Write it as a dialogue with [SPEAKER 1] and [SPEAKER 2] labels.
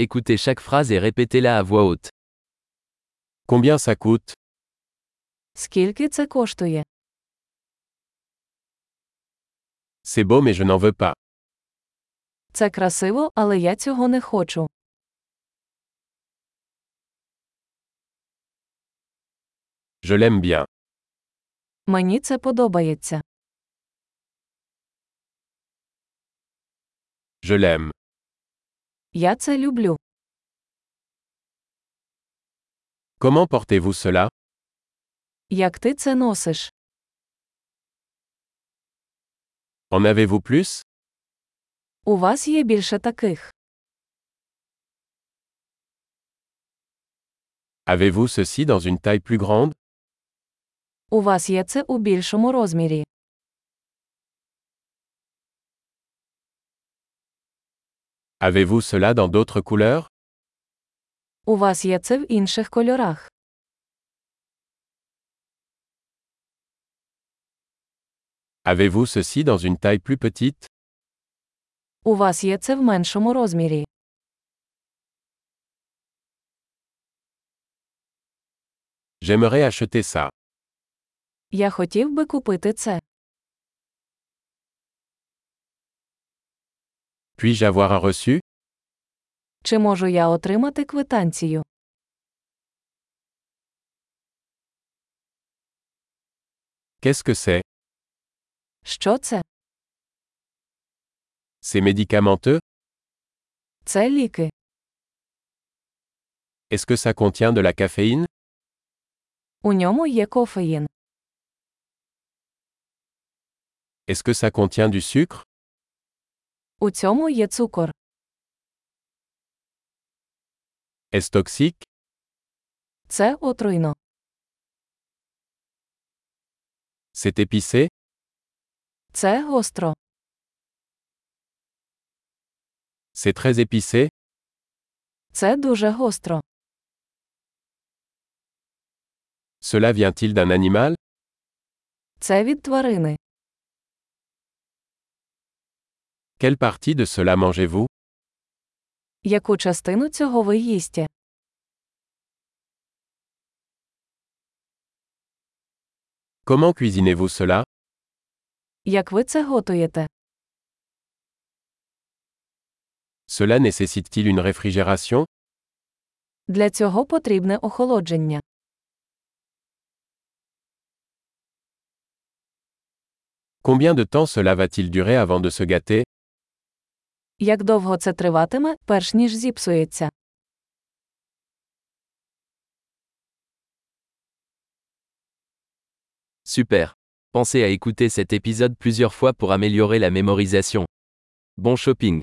[SPEAKER 1] Écoutez chaque phrase et répétez-la à voix haute.
[SPEAKER 2] Combien ça coûte
[SPEAKER 3] Скільки це коштує?
[SPEAKER 2] C'est beau mais je n'en veux pas.
[SPEAKER 3] Це красиво, але я цього не хочу.
[SPEAKER 2] Je l'aime bien.
[SPEAKER 3] Мені це подобається.
[SPEAKER 2] Je l'aime.
[SPEAKER 3] Я це люблю.
[SPEAKER 2] Comment portez-vous cela
[SPEAKER 3] Як ти це носиш?
[SPEAKER 2] En avez-vous plus
[SPEAKER 3] У вас є більше таких.
[SPEAKER 2] Avez-vous ceci dans une taille plus grande
[SPEAKER 3] У вас є це у більшому розмірі.
[SPEAKER 2] Avez-vous cela dans d'autres couleurs
[SPEAKER 3] У вас є це в інших кольорах.
[SPEAKER 2] Avez-vous ceci dans une taille plus petite
[SPEAKER 3] У вас є це в меншому розмірі.
[SPEAKER 2] J'aimerais acheter ça.
[SPEAKER 3] Я хотів би купити це.
[SPEAKER 2] Puis-je avoir un reçu
[SPEAKER 3] Чи можу я отримати квитанцію?
[SPEAKER 2] Qu'est-ce que c'est
[SPEAKER 3] Що це?
[SPEAKER 2] C'est médicamenteux
[SPEAKER 3] Це ліки.
[SPEAKER 2] Est-ce que ça contient de la caféine
[SPEAKER 3] У ньому є кофеїн.
[SPEAKER 2] Est-ce que ça contient du sucre
[SPEAKER 3] У цьому є цукор.
[SPEAKER 2] Est-ce toxique
[SPEAKER 3] Це отруйно.
[SPEAKER 2] C'est épicé
[SPEAKER 3] Це гостро.
[SPEAKER 2] C'est très épicé
[SPEAKER 3] Це дуже гостро.
[SPEAKER 2] Cela vient-il d'un animal
[SPEAKER 3] Це від тварини.
[SPEAKER 2] Quelle partie de cela mangez-vous
[SPEAKER 3] Яку частину цього ви їсте?
[SPEAKER 2] Comment cuisinez-vous cela
[SPEAKER 3] Як ви це готуєте?
[SPEAKER 2] Cela nécessite-t-il une réfrigération
[SPEAKER 3] Для цього потрібне охолодження.
[SPEAKER 2] Combien de temps cela va-t-il durer avant de se gâter
[SPEAKER 3] Як довго це триватиме, перш ніж зіпсується?
[SPEAKER 1] Super. Pensez à écouter cet épisode plusieurs fois pour améliorer la mémorisation. Bon shopping.